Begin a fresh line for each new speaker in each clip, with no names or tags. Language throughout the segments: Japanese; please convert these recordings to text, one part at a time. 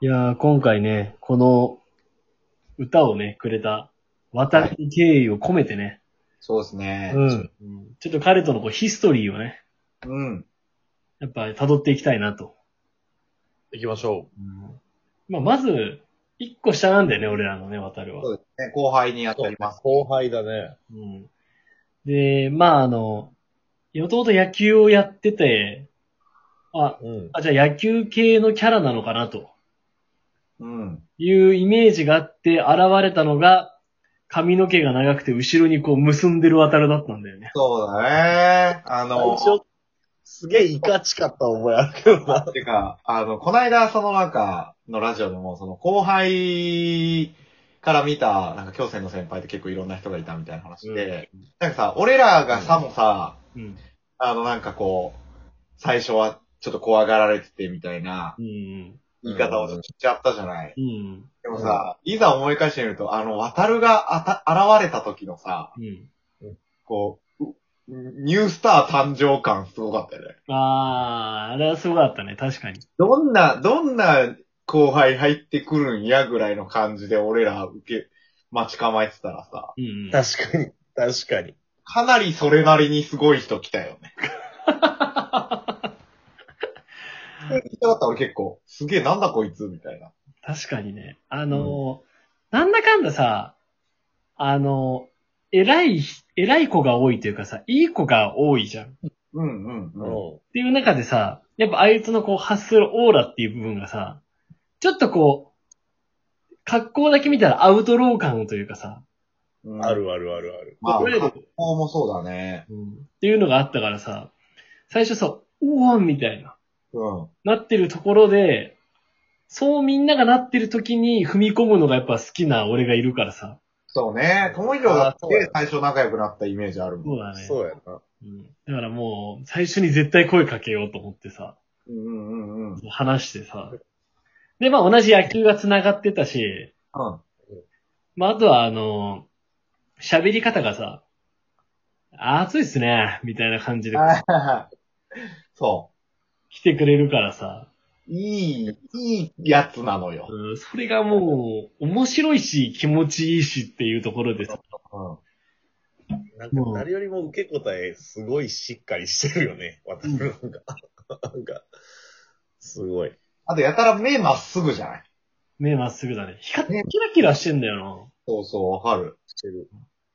いやー、今回ね、この歌をね、くれた、渡りに敬意を込めてね、
そうですね。
うん
うん。
ちょっと彼とのこうヒストリーをね、
うん。
やっぱ辿っていきたいなと。
行きましょ
まあ、まず、一個下なんだよね、俺らのね、渡るは。
そうですね。後輩にや
う。
っております。
後輩だね。
うんで、まああの、もともと野球をやってて、あ、
うん。
あ、じゃあ野球系のキャラなのかなと
うん。
いうイメージがあって現れたのが、髪の毛が長くて後ろにこう結んでる渡るだったんだよね。
そうだね。あの、
最初すげえイカチかった覚えあるけどな。
てか、あの、こないだ、そのなんか、のラジオでも、その後輩から見た、なんか、京戦の先輩って結構いろんな人がいたみたいな話で、なんかさ、俺らがさもさ、
うん。
あの、なんかこう、最初はちょっと怖がられててみたいな
うん。
言い方をしちゃったじゃない。
うん。
でもさ、いざ思い返してみると、あの、渡るがあた、現れた時のさ、
うん。
こう、うニュースター誕生感すごかったよね。
あー、あれはすごかったね、確かに。
どんな、どんな後輩入ってくるんやぐらいの感じで俺ら受け、待ち構えてたらさ、
うん。
確かに。確かに。
かなりそれなりにすごい人来たよね。来たかった俺結構、すげえなんだこいつみたいな。
確かにね。あの、なんだかんださ、あの、偉いひ、偉い子が多いというかさ、いい子が多いじゃん。
うんうん
う
うん。
っていう中でさ、やっぱあいつのこう発するオーラっていう部分がさ、ちょっとこう、格好だけ見たらアウトロー感というかさ、
うん
ん。あ。るあるあるある。
まあ、
いわゆる
格好もそうだね。
うんっていうのがあったからさ、最初さ、おおみたいな、
うん。
なってるところで、そうみんながなってる時に踏み込むのがやっぱ好きな俺がいるからさ。
そうね。友広だ
あそ
っ
うだ
て
よ
最初仲良くなったイメージあるもん。
そうだね。
そうやな。
うんだからもう、最初に絶対声かけようと思ってさ、
うんうんうんうん。うん。
話してさ。で、まあ同じ野球が繋がってたし、まああとはあの、喋り方がさ、暑いっすね、みたいな感じで
そ
来てくれるからさ、
う。いい、いいやつなのよ。
うん、それがもう、面白いし、気持ちいいしっていうところでさ、
うん。
なんか誰よりも受け答えすごいしっかりしてるよね。私なんか。なんか、すごい。
あと、やたら目まっすぐじゃない
目まっすぐだね。光って、キラキラしてんだよ
そうそう、わかる。
してる。
な。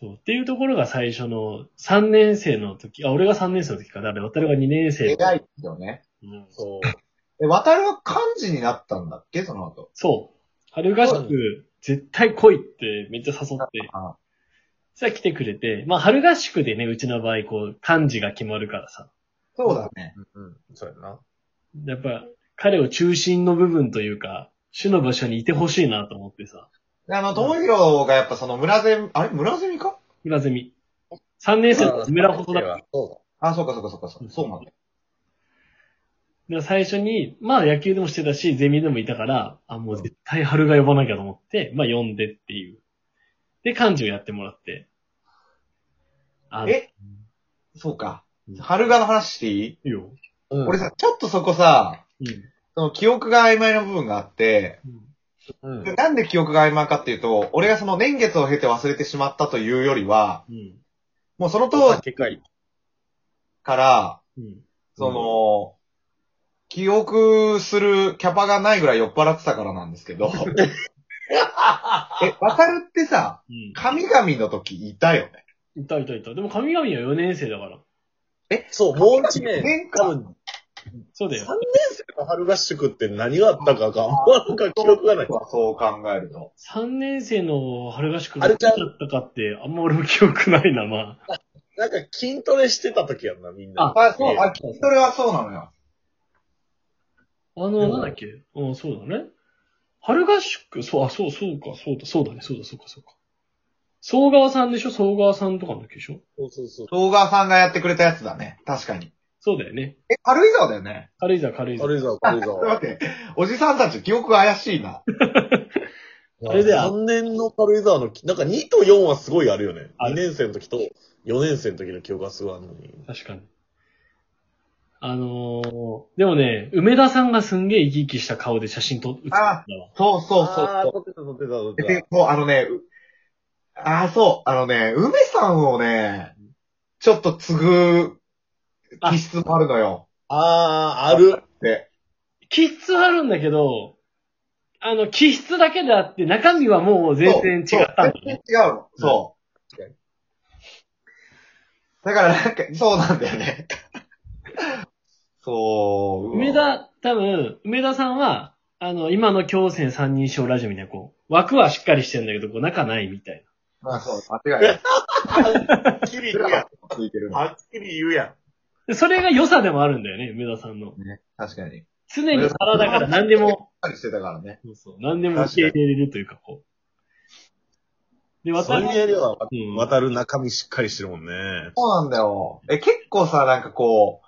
そう。っていうところが最初の3年生の時、あ、俺が3年生の時か、だから渡るが2年生。
偉いですよね。
うん
そう。
え、渡るは漢字になったんだっけその後。
そう。春合
そうな
宿
ん、
絶対来いってめっちゃ誘って、
あ
さあ来てくれて、まあ春合宿でね、うちの場合、こう、漢字が決まるからさ。
そうだね。
うん。そうやな。
やっぱ、彼を中心の部分というか、主の場所にいてほしいなと思ってさ。
であの、ともひろがやっぱその村ゼミ、あれ村ゼミか
村ゼミ。3年生の村ほどだから。だか
から。そ
あ、そうかそうかそうかそう。そうなんだよ。
ら最初に、まあ野球でもしてたし、ゼミでもいたから、あ、もう絶対春が呼ばなきゃと思って、まあ呼んでっていう。で、漢字をやってもらって。あの、い
えそうか。春賀の話していい、
いよ。
う。うん
俺、さ、ちょっとそこさ、
うん。
その記憶が曖昧な部分があって、
うん
うん
でなんで記憶が曖昧かっていうと、俺がその年月を経て忘れてしまったというよりは、
うん。
もうその当時
結果いい
から、
うん。
その、記憶するキャパがないぐらい酔っ払ってたからなんですけ ど。え、わかるってさ、
うん。
神々の時いたよね。
いたいたいた。でも神々は4年生だから。
そう、もう一年、
年
多
間
分、
そう
3
だ
年
よ。
生の春合宿って何があったかが、あんまなんか記憶がない。
そう考えると。
3年生の春合宿
あれちゃう
だったかって、あんま俺も記憶ないな、まあ。
なんか筋トレしてた時やんな、みんな。
あ、そう、
ええ
あ、筋トレはそうなのよ。
あの、なんだっけうん、そうだね。春合宿、そう、あ、そう、そうか、そうだ、そうだね、そうだ、そうか、そうか。総川さんでしょ総川さんとかの時でしょ
そうそうそう。
東川さんがやってくれたやつだね。確かに。
そうだよね。
え、軽井沢だよね。
軽井沢、軽井沢。
軽井沢、軽井
ちょっと
沢。
待って、おじさんたち記憶が怪しいな。
あれだよ
3年の軽井沢の、なんか2と4はすごいあるよね。
ある
2年生の時と4年生の時の記憶がすごいあるのに。
確かに。あのー、でもね、梅田さんがすんげえ生き生きした顔で写真撮ってたわ。
そうそうそう
あ
そ
ー撮ってた撮ってた撮っ
う。
て
で、もうあのね、うああ、そう、あのね、梅さんをね、ちょっと継ぐ気質もあるのよ。
た。あー、ある。
で、
気質はあるんだけど、あの、気質だけであって、中身はもう全然違ったんだ
そう
ね。
全然違うの。そう。だからなんか、そうなんだよね。そう。
梅田、多分、梅田さんは、あの、今の京泉三人称ラジオみたいな、こう、枠はしっかりしてんだけど、こう、仲ないみたい
まあそう、間違いない。
はっきり
そ
言う
れ
やん
は。ついてるの
はっきり言うやん。
な。でそれが良さでもあるんだよね、梅田さんの。
ね。確かに。しっ
常に体から何でも、
かりしてたからね。
そうそう、何でも受け入れれるというか、こう。で、
そう
私
いう意味では、
うん
渡る中身しっかりしてるもんね。
そうなんだよ。え、結構さ、なんかこ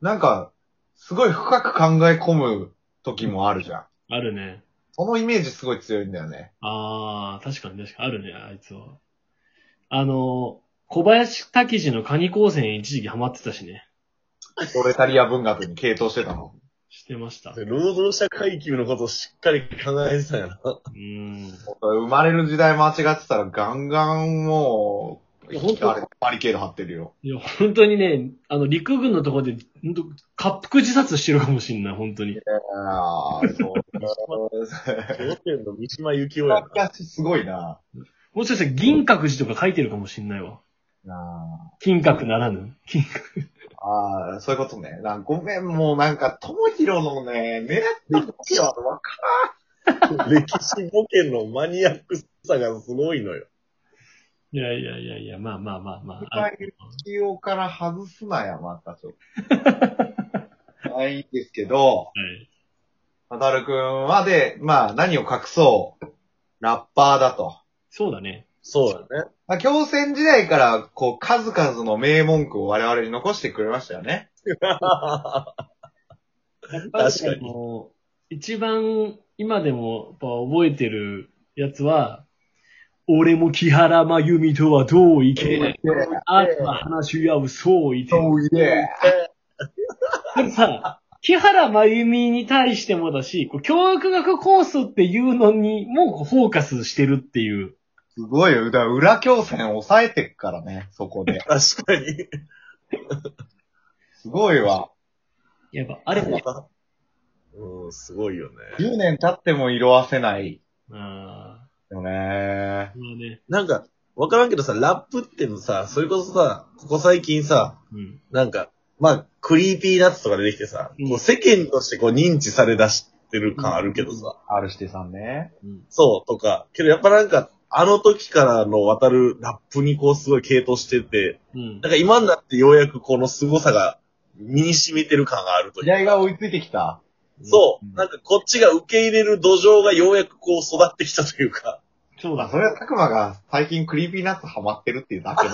う、なんか、すごい深く考え込む時もあるじゃん。
あるね。
そのイメージすごい強いんだよね。
ああ、確かに確かに。あるね、あいつは。あの、小林滝次のカニ光線一時期ハマってたしね。
オレタリア文学に傾倒してたの。
してました。う
労働者階級のことをしっかり考えてたんやな。
ん。
生まれる時代間違ってたらガンガンもう、
いや本当
あれバリケード張ってるよ。
いや、本当にね、あの、陸軍のところで、本当滑腹自殺してるかもしんない、本当に。
ああ、そう。
京都の三島由紀夫やな。
昔すごいな。
もしかしたら銀閣寺とか書いてるかもしんないわ。
な
金閣ならぬ。金閣。
あああ、そういうことね。なんかごめん、もうなんか、ともひろのね、狙った時はわか
歴史ボケのマニアックさがすごいのよ。
いやいやいやいや、まあまあまあまあ。
はい必要から外すなや、またちょっと。まあいいんですけど、
はい。
またるくんはで、まあ何を隠そう。ラッパーだと。
そうだね。
そうだね。
まあ、共戦時代から、こう、数々の名文句を我々に残してくれましたよね。
確
かに
一番今でもやっぱ覚えてるやつは、俺も木原真由美とはどういけない。あとは話し合う、そういて。
ういえ。
でもさ、木原真由美に対してもだし、こう教育学コースっていうのにもこうフォーカスしてるっていう。
すごいよ。だから裏共戦抑えてくからね、そこ で。
確かに。
すごいわ。
やっぱ、あれも、
うん、すごいよね。
10年経っても色褪せない。
あ
よ
ー
ね
まあね、
なんか、わからんけどさ、ラップってのさ、それこそさ、ここ最近さ、
うん。
なんか、まあ、クリーピーナッツとか出てきてさ、
うん
こう世間としてこう認知され出してる感あるけどさ、
R 指定さんね。
そう、とか、けどやっぱなんか、あの時からの渡るラップにこうすごい傾倒してて、
うん。
なんか今になってようやくこの凄さが身に染みてる感があるとい
時
う
代が追いついてきた。
そう
うん。
なんかこっちが受け入れる土壌がようやくこう育ってきたというか。
そう
まあ、
だ
そ。れはたくまが最近クリーピーナッツハマってるっていう だけ。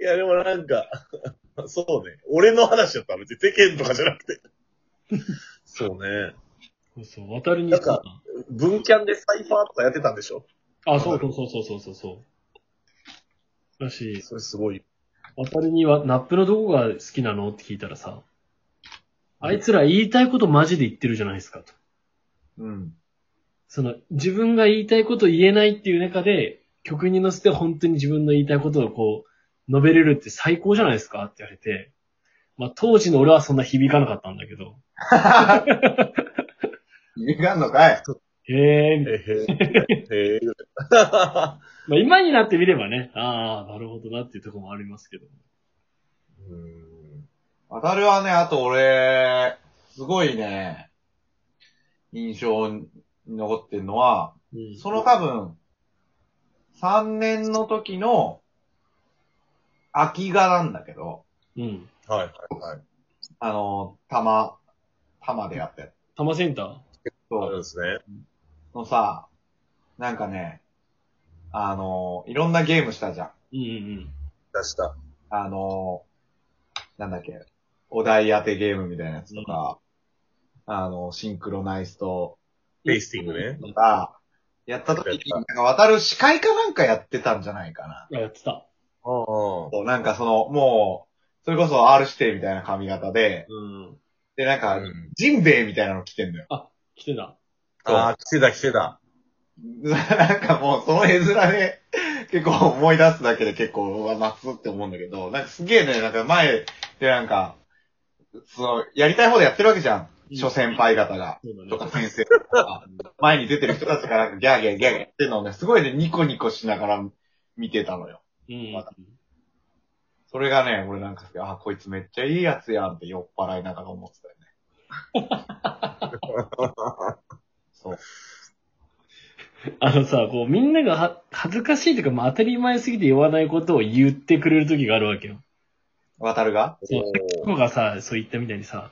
いや、でもなんか、 そうね。俺の話だったら別に世間とかじゃな くて。そうね。
そうそう、渡るに
なんか文キャンでサイファーとかやってたんでしょ
あ、そうそうそうそうそうそうそう。だし、
それすごい。
渡るには、ナップのどこが好きなのって聞いたらさ、あいつら言いたいことマジで言ってるじゃないですかと。
うん。
その、自分が言いたいことを言えないっていう中で、曲に乗せて本当に自分の言いたいことをこう、述べれるって最高じゃないですかって言われて、まあ当時の俺はそんな響かなかったんだけど、
意味があんのかい
へえ、みたいな
へへ。へへ。
まあ今になってみればね、ああ、なるほどなっていうところもありますけど。
うん
当たるはね、あと俺、すごいね、印象に残ってるのは、
うん
その多分、3年の時の、秋がなんだけど、
うん。
はいはいはい。
あの、玉、玉でやったやつ
多摩センター
と
そうですね。
のさ、なんかね、あの、いろんなゲームしたじゃん。
うんうん
出した。
あの、なんだっけ、お題当てゲームみたいなやつとか、あの、シンクロナイスと
テイスティングね。
とか、やった時に、なんか渡る司会かなんかやってたんじゃないかな。
うん。あ、やってた。
ああ。
そうなんかその、もう、それこそ R 指定みたいな髪型で、
うん。
で、なん
あ
か、ジンベエみたいなの着てんだよ。
来てた。
あー、来てた来てた。
なんかもう、その絵面で、結構思い出すだけで結構、うわ、夏って思うんだけど、なんかすげえね、なんか前でなんか、その、やりたい方でやってるわけじゃん。諸先輩方が。
そう
と
だ
か
ね。
先生とか、前に出てる人たちがなんかギャーギャーギャーギャーやってるのをね、すごいね、ニコニコしながら見てたのよ。
うん。
まだそれがね、俺なんか、あ、こいつめっちゃいいやつやんって酔っ払いながら思ってたよね。そう。
あのさ、こう、みんながは恥ずかしいというか、まあ、当たり前すぎて言わないことを言ってくれる時があるわけよ。
渡るが
そう
おー
僕がさ、そう言ったみたいにさ、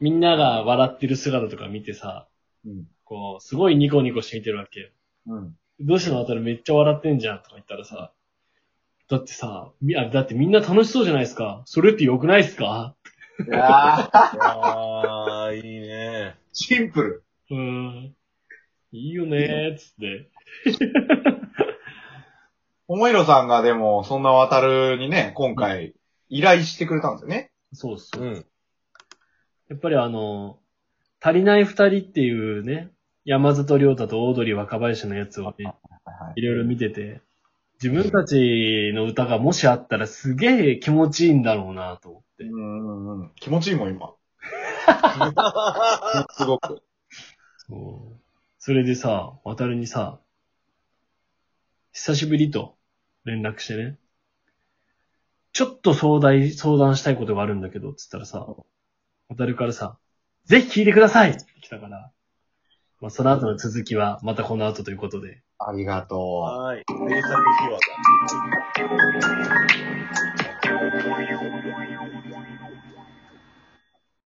みんなが笑ってる姿とか見てさ、
うん。
こう、すごいニコニコして見てるわけよ。
うん。
どうしたのあたらめっちゃ笑ってんじゃんとか言ったらさ、だってさ、みあだってみんな楽しそうじゃないですか。それって良くないですか
いやー、
あー、いいね。
シンプル。
うーん。いいよねー、つって。
桃色さんがでも、そんな渡るにね、今回、依頼してくれたんですよね。
そうそうう。
ん。
やっぱりあの、足りない二人っていうね、山里亮太とオードリー若林のやつをね、
は
い
い
ろいろ見てて、自分たちの歌がもしあったらすげえ気持ちいいんだろうなと思って。
うんうんうん。気持ちいいもん、 今。すごく。
そうそれでさ、渡るにさ、久しぶりと連絡してね、ちょっと相談、相談したいことがあるんだけど、つったらさ、渡るからさ、ぜひ聞いてくださいって来たから、まあ、その後の続きはまたこの後ということで。
ありがとう。
はーい。名作秘話だ。